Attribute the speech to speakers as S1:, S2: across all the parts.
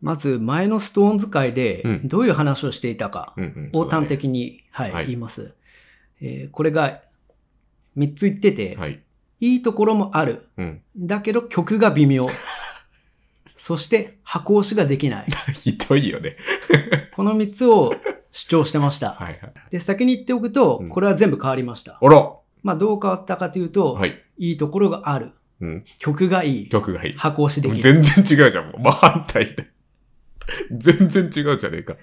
S1: まず前のストーン使いで
S2: うん
S1: どういう話をしていたか
S2: うんうん
S1: を端
S2: に
S1: 的に、はい
S2: はい
S1: 言います、えーこれが3つ言ってて、
S2: はい。
S1: いいところもある。
S2: うん。
S1: だけど曲が微 妙。そして箱押しができない。
S2: ひどいよね。
S1: この3つを主張してました。
S2: はいはい。
S1: で、先に言っておくと
S2: うん、
S1: これは全部変わりました。
S2: あら
S1: まあ、どう変わったかというと、、
S2: はいい。
S1: いところがある。
S2: うん
S1: 曲がいい。
S2: 曲がいい。
S1: 箱押しできる。
S2: 全然違うじゃん。もう真反対で。全然違うじゃねえか。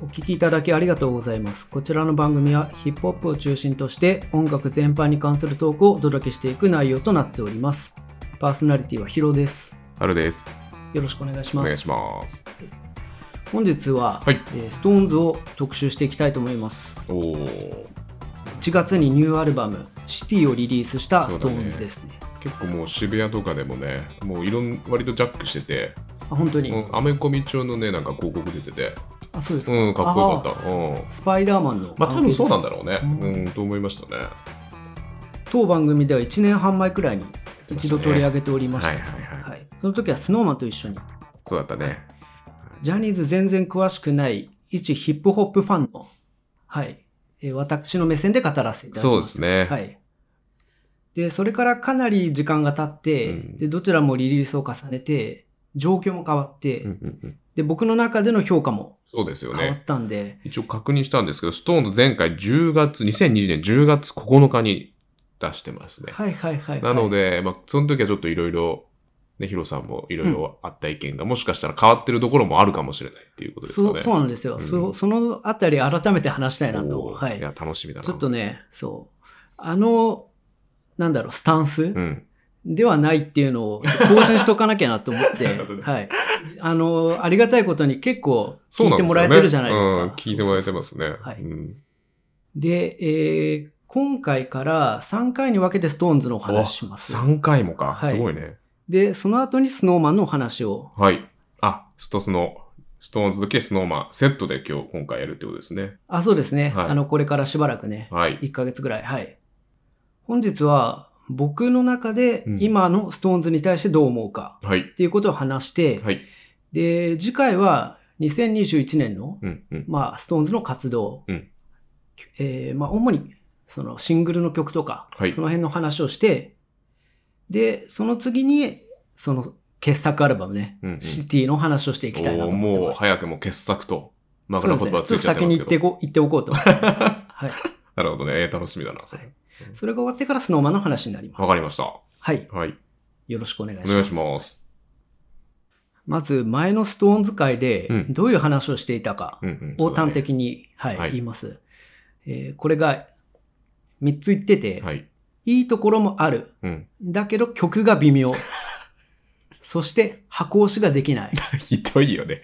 S1: お聞きいただきありがとうございます。こちらの番組はヒップホップを中心として音楽全般に関するトークをお届けしていく内容となっております。パーソナリティはヒロです。
S2: あるです。
S1: よろしくお願いし
S2: お
S1: ます。
S2: 願いします。
S1: 本日は、
S2: はい
S1: えー、SixTONES を特集していきたいと思います。
S2: おお。
S1: 1月にニューアルバム「シティをリリースした
S2: そうだね
S1: SixTONES ですね。
S2: 結構もう渋谷とかでもね、もういろん、割とジャックしてて、
S1: あ本当に、
S2: うんアメコミ調のね、なんか広告出てて、
S1: あそうですか、
S2: うん、かっこよかった。うん。
S1: スパイダーマンの
S2: まあ多分そうなんだろうね。
S1: うん
S2: うん、と思いましたね。
S1: 当番組では1年半前くらいに一度取り上げておりました
S2: はいはいはい
S1: はいその時は SnowMan と一緒に
S2: そうだったね。
S1: ジャニーズ全然詳しくない一ヒップホップファンの、はいえー私の目線で語らせていただきます
S2: そうですね。
S1: はい。で、それからかなり時間が経って、
S2: うん
S1: で、どちらもリリースを重ねて、状況も変わって、
S2: うんうんうん
S1: で、僕の中での評価も
S2: そうですよ
S1: 変わ
S2: ね。
S1: ったんで、
S2: 一応確認したんですけど、ストーンズ前回10月、2020年10月9日に出してますね。
S1: はいはいはい、
S2: なの、で、まあ、その時はちょっといろいろ、ね、ヒロさんもいろいろあった意見が、もしかしたら変わってるところもあるかもしれないっていうことですか
S1: そ
S2: ね。
S1: うそうなんですよ。
S2: うん
S1: そそのあたり改めて話したいなと。
S2: おー
S1: はいい
S2: や、。楽しみだな。
S1: ちょっとね、そう。あの、なんだろう、スタンス
S2: うん。
S1: ではないっていうのを更新しとかなきゃなと思っ
S2: な
S1: て
S2: るほどね、
S1: はい。あの、ありがたいことに結構
S2: そう
S1: 聞
S2: ない
S1: て
S2: んですよね
S1: もらえてるじゃないです
S2: う
S1: か
S2: ん。聞いてもらえてますね。
S1: はい
S2: うん
S1: で、えー今回から3回に分けて SixTONES のお話します。
S2: 3回もか。
S1: はい
S2: すごいね。
S1: で、その後に SnowMan のお話を。
S2: はい。あ、ストスの、ストーンズとケスノーマン、セットで今日、今回やるってことですね。
S1: あ、そうですね。
S2: はい
S1: あの、これからしばらくね、
S2: はい。
S1: 1ヶ月ぐらい。はい。本日は僕の中で
S2: うん
S1: 今の SixTONES に対してどう思うか
S2: はい。
S1: っていうことを話して、
S2: はい。
S1: で、次回は2021年の、
S2: うん。うん。
S1: まあ、SixTONES の活動。
S2: うん
S1: えーまあ、主にそのシングルの曲とか、
S2: はい
S1: その辺の話をして、で、その次に、その傑作アルバムね、
S2: うんうん
S1: シティの話をしていきたいなと
S2: おー
S1: 思って
S2: もう
S1: ます。
S2: 早くも傑作と、
S1: そう
S2: 枕
S1: です
S2: 言
S1: ね。
S2: 葉
S1: ちょ
S2: つい
S1: っと
S2: ちゃっ
S1: 先
S2: てま
S1: に
S2: す
S1: 言っ
S2: け
S1: て
S2: ど。
S1: こ言ってお こうと。はい。
S2: なるほどね。えー楽しみだな、それ
S1: はいそれが終わってからスノーマンの話になります。
S2: わかりました。
S1: はい。
S2: はい。
S1: よろしくお願いし
S2: お
S1: ます。
S2: 願いします。
S1: まず、前のストーン使いで
S2: うん、
S1: どういう話をしていたか
S2: うんうん
S1: を端。
S2: そう
S1: 的に、はい、
S2: はい
S1: 言います。えーこれが3つ言ってて、
S2: だねはい。
S1: いいところもある。
S2: うん。
S1: だけど曲が微 妙。そして箱押しができない。
S2: ひどいよ ね。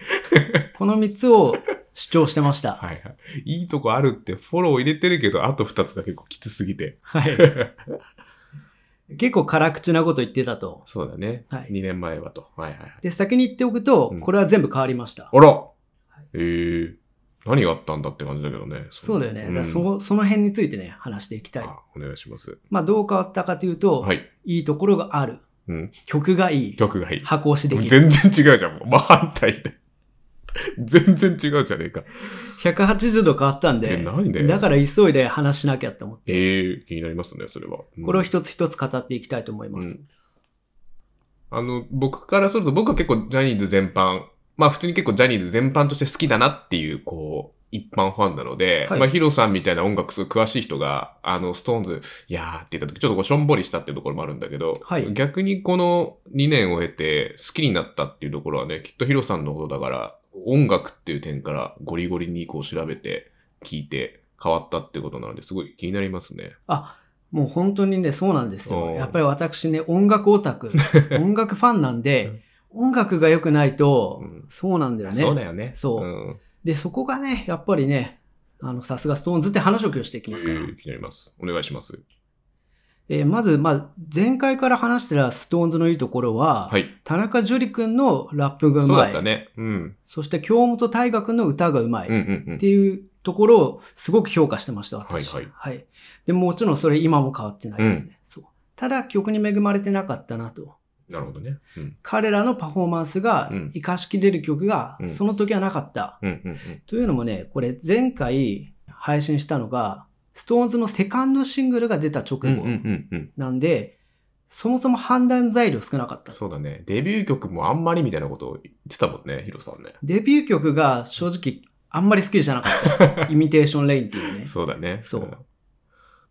S1: この3つを主張してました。
S2: はいはい。いいとこあるってフォロー入れてるけど、あと2つが結構きつすぎて。
S1: はい。結構辛口なこと言ってたと。
S2: そうだね。
S1: はい
S2: 2年前はと。はいはいはい。
S1: で、先に言っておくと
S2: うん、
S1: これは全部変わりました。
S2: あらえー、何があったんだって感じだけどね。
S1: そうだよね。だ
S2: ん
S1: からそその辺についてね、話していきたい。
S2: あお願いします。
S1: まあ、どう変わったかというと、、
S2: はいい。
S1: いところがある。
S2: うん
S1: 曲がいい。
S2: 曲がいい。
S1: 箱押しできる。
S2: 全然違うじゃん、もう。真反対で。全然違うじゃねえか。
S1: 180度変わったんで、
S2: えなんで
S1: だから急いで話しなきゃと思って、
S2: ええ気になりますね、それは。うん
S1: これを一つ一つ語っていきたいと思います。
S2: うんあの、僕からすると、僕は結構ジャニーズ全般、まあ普通に結構ジャニーズ全般として好きだなっていう、こう、一般ファンなので、
S1: はい
S2: まあヒロさんみたいな音楽すごい詳しい人が、あの、ストーンズ、いやーって言った時、ちょっとこうしょんぼりしたっていうところもあるんだけど、
S1: はい
S2: 逆にこの2年を経て好きになったっていうところはね、きっとヒロさんのことだから、音楽っていう点からゴリゴリにこう調べて、聞いて変わったってことなので、すごい気になりますね。
S1: あ、もう本当にね、そうなんです
S2: おう
S1: よ。やっぱり私ね、音楽オタ ク、音楽ファンなんで、音楽が良くないと、
S2: うん
S1: そうなんだよね。
S2: そうだよね。
S1: そうんで、そこがね、やっぱりね、あの、さすがストーンズって話を今日していきますから。
S2: えー気になります。お願いします。
S1: えーまず、まあ、前回から話してたストーンズのいいところは、
S2: はい。
S1: 田中樹君のラップがう
S2: そう
S1: ま
S2: だ
S1: い。
S2: ったね。うん。
S1: そして京本大我君の歌がうまい。
S2: うんう
S1: っ
S2: んうん
S1: て。いうところをすごく評価してました、私。
S2: はいはい
S1: でもちろんそれ今も変わってないですね。そうただ曲に恵まれてなかったなと。
S2: なるほどね。うん。
S1: 彼らのパフォーマンスが
S2: うん
S1: 活かしきれる曲が
S2: うん
S1: その時はなかった。
S2: うんうんうん。
S1: というのもね、これ前回配信したのが、ストーンズのセカンドシングルが出た直後。
S2: うんうんうんうん。
S1: なんで、そもそも判断材料少なかった。
S2: そうだね。デビュー曲もあんまりみたいなことを言ってたもんね、ヒロさんね。
S1: デビュー曲が正直あんまり好きじゃなか った。イミテーションレインっていうね。
S2: そうだね。
S1: そう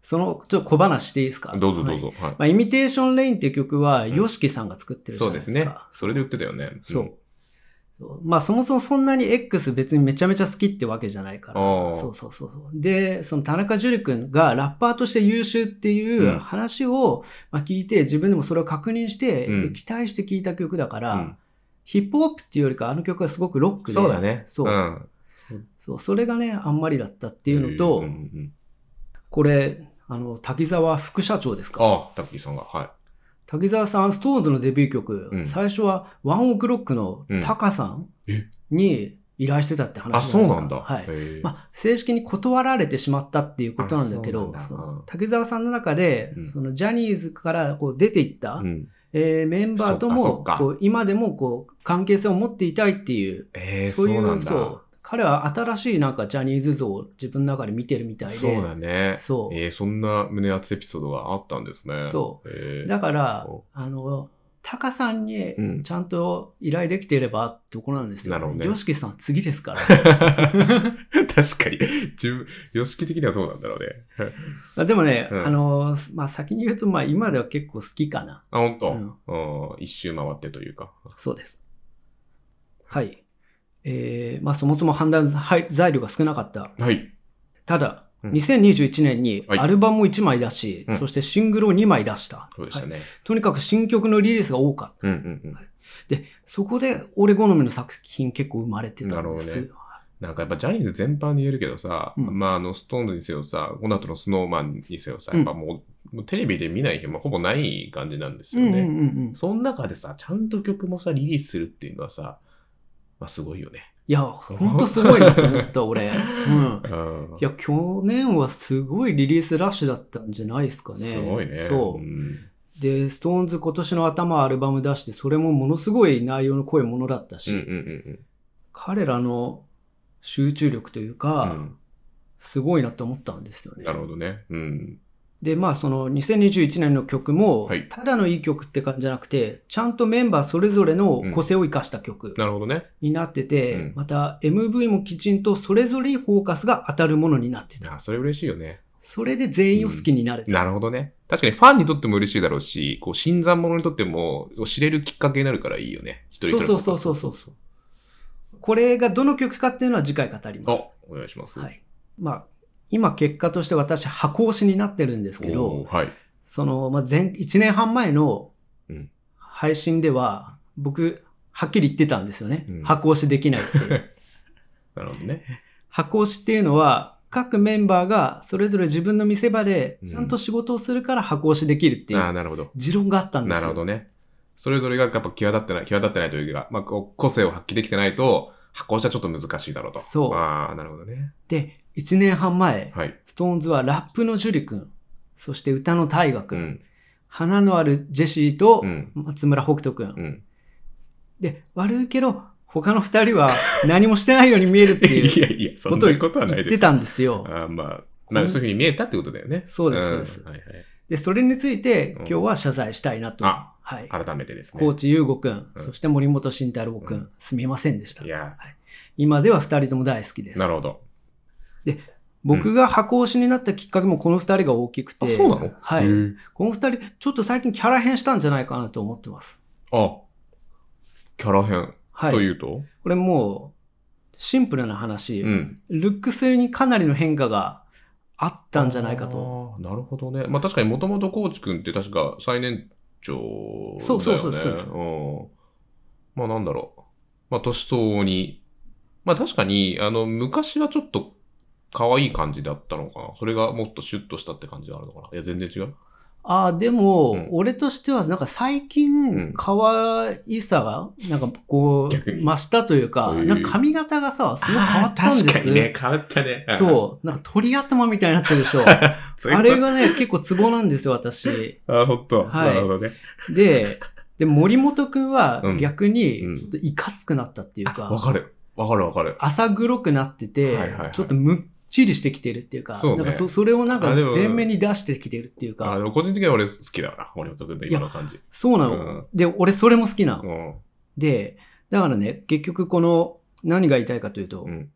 S1: その、ちょっと小話していいですか
S2: どうぞ
S1: は
S2: ど
S1: いう
S2: ぞ。はい。
S1: まあ、イミテーションレインっていう曲は、
S2: ん
S1: YOSHIKI さんが作ってるじゃ
S2: そう
S1: ない
S2: で
S1: ですす
S2: ね
S1: か。。
S2: それで言ってたよね。
S1: そ
S2: ん
S1: う。そうまあ、そもそもそんなに X 別にめちゃめちゃ好きってわけじゃないから。
S2: ああ。
S1: そうそうそうそう。で、その田中樹君がラッパーとして優秀っていう
S2: うん
S1: 話をまあ聞いて、自分でもそれを確認して、
S2: うん
S1: 期待して聞いた曲だから、
S2: うん
S1: ヒップホップっていうよりかあの曲はすごくロックで。
S2: そうだね。。
S1: そうんそう、それがね、あんまりだったっていうの
S2: う
S1: と、
S2: んうんうん
S1: これ、あの、滝沢副社長ですか。
S2: ああ、タッキーさんが。はい。
S1: 滝沢さん、ストーンズのデビュー曲、
S2: うん
S1: 最初はワンオクロックのタカさん
S2: うんえ
S1: に依頼してたって話じ
S2: あ、
S1: ゃ
S2: そ
S1: な
S2: う
S1: いです
S2: な
S1: か。
S2: んだ。
S1: はい。
S2: へえ
S1: まあ、正式に断られてしまったっていうことなんだけど、
S2: あそう
S1: そ
S2: なんだ
S1: の滝沢さんの中で、
S2: うん
S1: そのジャニーズからこう出ていった、
S2: うん
S1: えーメンバーと
S2: そ
S1: も
S2: っかそっか
S1: こう今でもこう関係性を持っていたいっていう、
S2: ええ、
S1: そ
S2: そう
S1: いう
S2: うなんだ。
S1: そう彼は新しいなんかジャニーズ像を自分の中で見てるみたいで
S2: そうだね。
S1: そう
S2: ええ、そんな胸熱エピソードがあったんですね。。
S1: そう
S2: ええ。
S1: だから
S2: お
S1: あのタカさんに
S2: うん
S1: ちゃんと依頼できていればってところなんですよ。
S2: なるほどね
S1: YOSHIKI さん次ですから。
S2: 確かに。自分、様式的にはどうなんだろうね。
S1: あでもね、
S2: うん
S1: あのまあ、先に言うと、まあ、今では結構好きかな。
S2: あ、本当。うん。一周回ってというか。
S1: そうです。はい。えーまあそもそも判断はい材料が少なかった。
S2: はい。
S1: ただ、
S2: うん
S1: 2021年に
S2: はい
S1: アルバムを1枚出し、
S2: うん
S1: そしてシングルを2枚出した。
S2: そうでした
S1: はい
S2: ね。
S1: とにかく新曲のリリースが多かった。
S2: うんうんうん。
S1: で、そこで俺好みの作品結構生まれてたんで
S2: なる
S1: す。
S2: なんかやっぱジャニーズ全般で言えるけどさ、
S1: うん
S2: まああのストーンズにせよさ、この後のスノーマンにせよさ、
S1: うん
S2: やっぱもう,、もうテレビで見ない日もほぼない感じなんです
S1: う
S2: よ
S1: んうん
S2: ね。
S1: うんうん。
S2: その中でさ、ちゃんと曲もさ、リリースするっていうのはさ、まあすごいよね。
S1: いや、ほんとすごいなと思った、俺。うん。
S2: う
S1: い
S2: ん
S1: や、去年はすごいリリースラッシュだったんじゃないですかね。
S2: すごいね。
S1: そう。
S2: ん
S1: で、ストーンズ今年の頭アルバム出して、それもものすごい内容の濃いものだったし、
S2: うんうんうん
S1: 彼らの集中力という
S2: う
S1: か、
S2: ん。
S1: すごいなと思ったんですよ
S2: う
S1: ね
S2: ん。なるほどね。うん。
S1: で、まあその2021年の曲も、
S2: はい
S1: ただのいい曲って感じじゃなくて、ちゃんとメンバーそれぞれの個性を生かした曲
S2: なるほどね。
S1: になってて、
S2: うん
S1: また MV もきちんとそれぞれにフォーカスが当たるものになってた。
S2: あそれ嬉しいよね。
S1: それで全員を好きになれた。
S2: なるほどね。確かにファンにとっても嬉しいだろうし、こう、新参者にとっても知れるきっかけになるからいいよね。一人一人のこと
S1: そうそうそうそうそうこれがどの曲かっていうのは次回語ります。
S2: あ、お願いします。
S1: はい。まあ、今結果として私、箱推しになってるんですけ
S2: お
S1: ど、
S2: ーはい。
S1: その、まあ、前、1年半前の
S2: うん
S1: 配信では、僕、はっきり言ってたんですよね。
S2: うん
S1: 箱推しできないって いう。
S2: なるほどね。
S1: 箱推しっていうのは、各メンバーがそれぞれ自分の見せ場で
S2: うん
S1: ちゃんと仕事をするから箱推しできるってい
S2: ああ、
S1: う
S2: なるほど。
S1: 持論があったんです
S2: な
S1: よ。
S2: るほどね。それぞれがやっぱ際立ってない、際立ってないというか、まあ、こう個性を発揮できてないと、箱じゃちょっと難しいだろうと。
S1: そう
S2: ああ、なるほどね。
S1: で、1年半前、
S2: はい。
S1: ストーンズはラップのジュリ君、そして歌の大河
S2: う
S1: 君、
S2: ん。
S1: 花のあるジェシーと
S2: うん。
S1: 松村北斗君、
S2: うん。
S1: で、悪いけど、他の二人は何もしてないように見えるって
S2: い
S1: いう
S2: やいや、そ
S1: こ
S2: ん
S1: とを言
S2: なことはない
S1: っ
S2: で
S1: て
S2: す。
S1: たんですよ。
S2: あーまあ、まあ、そういうふうに見えたってことだよね。
S1: そうです
S2: ん
S1: そうです
S2: はいはい。
S1: で、それについて
S2: うん
S1: 今日は謝罪したいなと。
S2: あ
S1: はい。
S2: 改めてですね。
S1: 高知優吾君、
S2: うん
S1: そして森本慎太郎君、
S2: う
S1: すみませんでした
S2: い。や、
S1: 今では二人とも大好きです
S2: な。るほど。
S1: 僕が箱推しになったきっかけもこの二人が大きくて。
S2: あ、そうなの
S1: はい
S2: へ。ー
S1: この二人、ちょっと最近キャラ変したんじゃないかなと思ってます。
S2: あ、キャラ編
S1: はい。
S2: というと、
S1: これもう、シンプルな話、
S2: うん。
S1: ルックスにかなりの変化があったんじゃないかと。
S2: あー。なるほどね。まあ確かにもともとコーチ君って確か最年長だよね。
S1: そうそうそうそうそう
S2: うん。まあなんだろう。まあ年相応に。まあ確かに、あの、昔はちょっと可愛い感じだったのかな。それがもっとシュッとしたって感じがあるのかな。いや、全然違う。
S1: ああ、でも、
S2: うん
S1: 俺としては、なんか最
S2: うん
S1: 近、可愛さが、なんかこう、
S2: 逆に
S1: 増したというか、
S2: へえ
S1: なんか髪型がさ、すごい変わったんです
S2: あー確かにね、変わったね。
S1: そう。なんか鳥頭みたいになってるでしょ。あ
S2: うん。 そういうこと
S1: れがね、結構ツボなんですよ、私。
S2: あ、ほんと。
S1: はい
S2: なるほどね。
S1: で、で、森本くんは
S2: うん
S1: 逆に
S2: うん、
S1: ちょっといかつくなったっていうか、
S2: わかる。わかるわかる。
S1: 浅黒くなってて、
S2: はいはいはい
S1: ちょっとむっちりしてきてるっていうか、
S2: そうね
S1: なんかそそれをなんか
S2: あでも
S1: 前面に出してきてるっていう
S2: あ
S1: か
S2: で、も個人的には俺好きだな、森本君の今の感じ。
S1: そう
S2: う
S1: なの。
S2: ん。
S1: で、俺それも好きなの。
S2: うん。
S1: で、だからね、結局この、何が言いたいかというと、
S2: うん。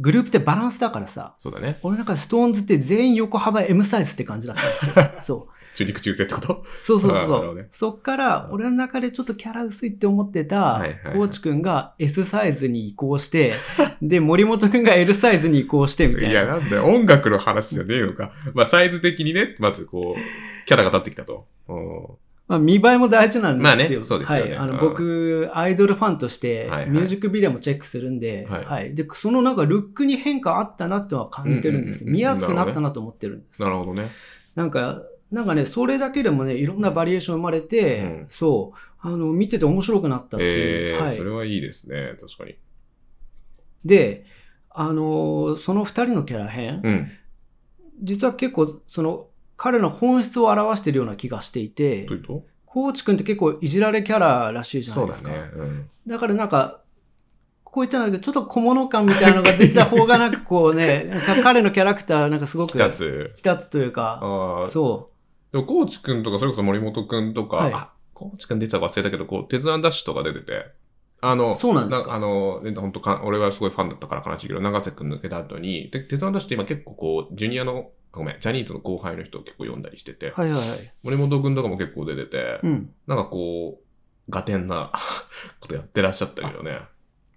S1: グループってバランスだからさ、
S2: そうだね。
S1: 俺の中でストーンズって全員横幅 M サイズって感じだったんですよ。 そう。
S2: 中肉中背ってこと
S1: そうそうそ
S2: あ
S1: うそ
S2: ーなるほど
S1: う、
S2: ね
S1: そっから俺の中でちょっとキャラ薄いって思ってた
S2: はいはいはい
S1: コーチくんが S サイズに移行してで森本くんが L サイズに移行してみたい
S2: いや、
S1: な
S2: なんだよ。音楽の話じゃねえのか。 まあ、サイズ的にね、まずこう、キャラが立ってきたと。う
S1: まあ、見栄えも大事なんですよ、
S2: まあねそうですよね
S1: はい、あ
S2: うん
S1: の僕アイドルファンとして
S2: はいはい
S1: ミュージックビデオもチェックするんで,、は
S2: はいい
S1: でそのなんかルックに変化あったなとは感じてるんですよ、
S2: うんうんうんうん
S1: 見やすくなったなと思ってるんです
S2: ん。なるほどね。
S1: なんか、なんかね、それだけでもね、いろんなバリエーション生まれて、
S2: うん
S1: そう、あの、見てて面白くなったっていう。
S2: えー
S1: はい
S2: それはいいですね。確かに。
S1: で、あのーその二人のキャラ編、
S2: うん。
S1: 実は結構、その、彼の本質を表してるような気がしていて
S2: とい、うと
S1: コーチくんって結構いじられキャラらしいじゃないですか。だ
S2: うん。
S1: からなんか、こう言っちゃうんだけど、ちょっと小物感みたいなのが出てた方がなんかこう ね、なんか彼のキャラクターなんかすごく、
S2: 二つ。
S1: きたつというか、
S2: ああ。
S1: そ
S2: でも、コーチくんとか、それこそ森本くんとか、
S1: はい
S2: あ、コーチくん出てたか忘れたけど、こう、鉄腕ダッシュとか出てて、あの、
S1: そうなんですか
S2: あの、ね、本当か、俺はすごいファンだったから悲しいけど、長瀬くん抜けた後に、で、鉄腕ダッシュって今結構こう、ジュニアの、ごめん、ジャニーズの後輩の人を結構読んだりしてて、
S1: う。はいはいはい。
S2: 森本くんとかも結構出てて、
S1: うん。
S2: なんかこう、ガテンな ことやってらっしゃったけどね、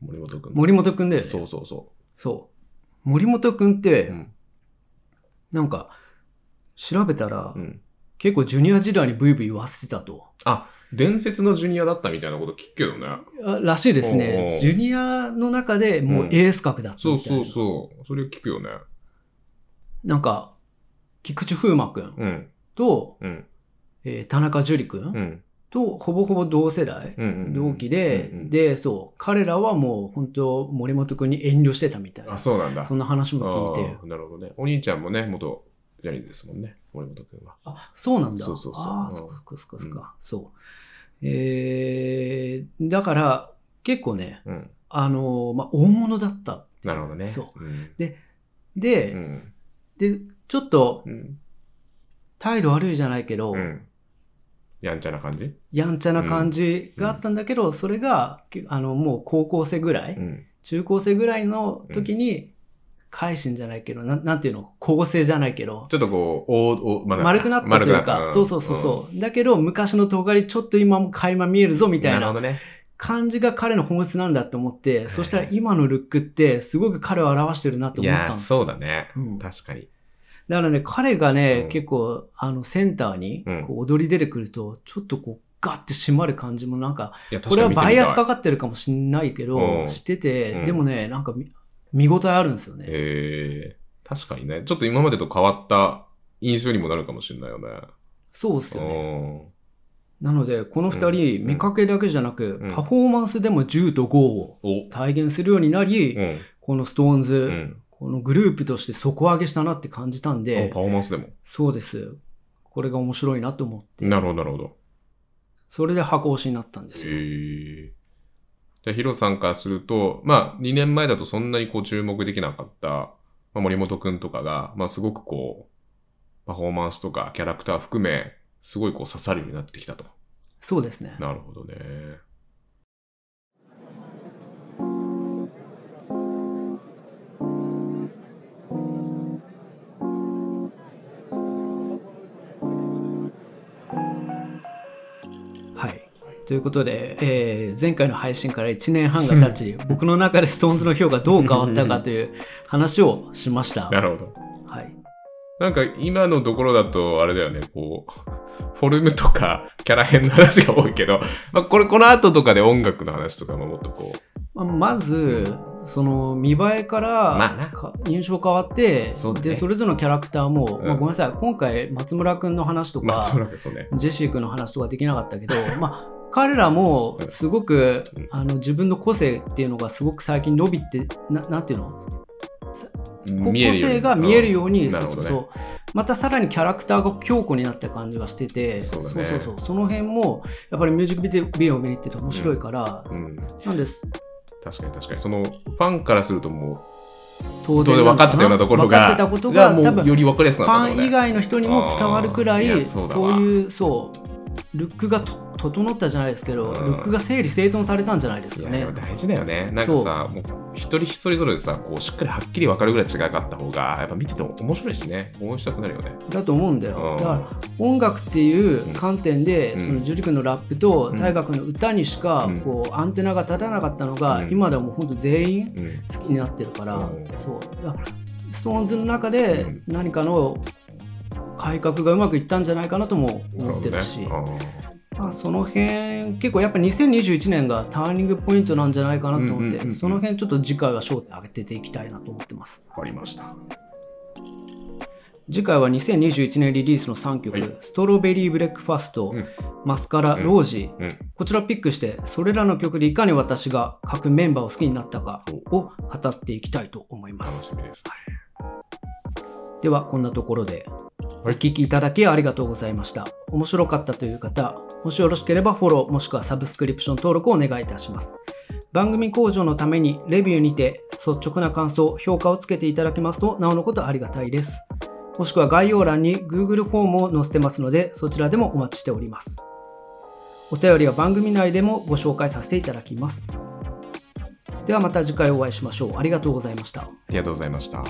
S2: 森本くん。
S1: 森本くんだよね。
S2: そうそうそ
S1: そう。森本くんって、
S2: う。うん。
S1: なんか、調べたら、
S2: うん。
S1: 結構ジュニア時代にブイブイ言わせてたと。
S2: 伝説のジュニアだったみたいなこと聞くけどね。
S1: あらしいです
S2: おうお
S1: ね
S2: う。
S1: ジュニアの中でもううんエース格だった
S2: そう
S1: みたいな。
S2: そうそう。それ聞くよね。
S1: なんか、菊池風磨くん
S2: うん。
S1: と、
S2: うん。
S1: えー田中樹く
S2: うんん。
S1: と、ほぼほぼ同世代、
S2: うんうんうん
S1: 同期で、
S2: うんうん
S1: で、そう、彼らはもう本当森本くんに遠慮してたみたいな。
S2: あ、そうなんだ。
S1: そんな話も聞いて。
S2: あーなるほどね。お兄ちゃんもね、元ジャニーズですもんね、森本君は。
S1: あ、そうなんだ。
S2: そうそうそう
S1: ああ、
S2: うん
S1: そっかそっかそっか。そう。えー、だから、結構ね、
S2: うん。
S1: あのーまあ、大物だった。
S2: なるほどね。。
S1: そう
S2: うん。
S1: で、
S2: うん。
S1: で、ちょっと
S2: うん。
S1: 態度悪いじゃないけど、
S2: うんやんちゃな感じ
S1: やんちゃな感じがあったんだけど、それが、けあの、もう高校生ぐらい、
S2: うん。
S1: 中高生ぐらいの時に、改心じゃないけど、なんなんていうの、構成じゃないけど、
S2: ちょっとこう、おお、まあ
S1: 丸くなったというか、そうそうそう
S2: うん。
S1: そう。だけど、昔の尖りちょっと今も垣間見えるぞ、みたい
S2: る
S1: な
S2: ほどね。
S1: 感じが彼の本質なんだと思って、
S2: い
S1: そしたら今のルックってすごく彼を表してるなと
S2: い
S1: 思っ
S2: や
S1: たん
S2: ー、
S1: ですよ。
S2: そうだね。
S1: うんだ
S2: 確かに。
S1: からね、彼がね、
S2: うん
S1: 結構、あの、センターに
S2: うん
S1: こう踊り出てくると、ちょっとこう、ガッて締まる感じもなんか、
S2: いや、確かに
S1: これはバイアスか
S2: か。
S1: かってるかもしんないけ
S2: う
S1: ど、
S2: ん
S1: してて、
S2: うん
S1: でもね、なんか見見応えあるんですよね。
S2: えー、確かにね。ちょっと今までと変わった印象にもなるかもしれないよね。
S1: そうですよね。
S2: ね
S1: なので、この二人、
S2: うん
S1: 見かけだけじゃなく、
S2: うん
S1: パフォーマンスでも10と5を
S2: お、
S1: 体現するようになり、
S2: うん。
S1: このストーンズ、
S2: うん。
S1: このグループとして底上げしたなって感じたん
S2: あ
S1: で、
S2: パフォーマンスでも。
S1: そうです。これが面白いなと思って、
S2: なるほど、なるほど。
S1: それで箱推しになったんですよ。
S2: へえじゃあ、ヒロさんからすると、まあ、2年前だとそんなにこう注目できなかった、まあ、森本くんとかが、まあ、すごくこう、パフォーマンスとかキャラクター含め、すごいこう刺さるようになってきたと。
S1: そうですね。
S2: なるほどね。
S1: はい。ということで、えー前回の配信から1年半が経 ち、僕の中で SixTONES の評価どう変わったかという話をしました。
S2: なるほど。
S1: はい、
S2: なんか今のところだと、あれだよね、こう、フォルムとかキャラ編の話が多いけど、まあ、これ、この後とかで音楽の話とかももっとこ
S1: まあまず、その見栄えから、
S2: まあな
S1: か印象変わって
S2: そうだね
S1: でそれぞれのキャラクターも、
S2: うん
S1: まあ、ごめんなさい今回松村君の話とか、
S2: まあ、そうなんですよね。
S1: ジェシー君の話とかできなかったけど、まあ、彼らもすごく、
S2: うん
S1: あの自分の個性っていうのがすごく最近伸びてななんていうの個
S2: 見えるように
S1: 性が見えるように、
S2: ん
S1: そ
S2: な
S1: うそ
S2: るほ
S1: う
S2: ど
S1: そ
S2: ね。
S1: うまたさらにキャラクターが強固になった感じがしてて
S2: そうだね
S1: そうそうその辺もやっぱりミュージックビデオを見に行ってて面白いから、
S2: うん、
S1: なんです
S2: 確かに確かに。そのファンからするとも
S1: 当
S2: う、当
S1: 然
S2: 然分かってたようなところが、
S1: 分かってたことが多
S2: もう
S1: 分
S2: より分かりやすく
S1: フ
S2: なった
S1: ァ
S2: ん
S1: ン以外の人にも伝わるくら
S2: あーい
S1: い
S2: や
S1: そ
S2: そううだわ
S1: いうそうルックがと整ったじゃないですけど、
S2: うん
S1: ルックが整理整頓されたんじゃないですか
S2: い
S1: ね
S2: やでも。大事だよね。なんかさ、もう一人一人ぞれさ、こうしっかりはっきり分かるぐらい違かった方が、やっぱ見てても面白いしね、応援したくなるよね。
S1: だと思うんだ
S2: う
S1: よ
S2: ん。
S1: だから音楽っていう観点で、
S2: うん
S1: そのジュリ君のラップと
S2: うん
S1: 大河君の歌にしか、
S2: うん
S1: こうアンテナが立たなかったのが、
S2: うん
S1: 今ではもう本当全員
S2: うん。
S1: 好きになってるから、
S2: うん
S1: そうだからストーンズの中で
S2: うん
S1: 何かの改革がうまくいったんじゃないかなとも思ってるし。
S2: なほどね
S1: まあ、その辺結構やっぱ2021年がターニングポイントなんじゃないかなと思って、
S2: うんうんうんうん
S1: その辺ちょっと次回は焦点上げていきたいなと思ってます
S2: あーわかりました。
S1: 次回は2021年リリースの3曲「
S2: はい
S1: ストロベリーブレックファスト」
S2: うん
S1: マスカラ」
S2: うん
S1: ロージー」
S2: うん
S1: こちらをピックしてそれらの曲でいかに私が各メンバーを好きになったかを語っていきたいと思いま
S2: 楽
S1: す
S2: しみです。
S1: ではこんなところでお
S2: はい
S1: 聞きいただきありがとうございました面白かったという方もしよろしければフォローもしくはサブスクリプション登録をお願いいたします番組向上のためにレビューにて率直な感想評価をつけていただけますとなおのことありがたいですもしくは概要欄に Google フォームを載せてますのでそちらでもお待ちしておりますお便りは番組内でもご紹介させていただきますではまた次回お会いしましょうありがとうございました
S2: ありがとうございました。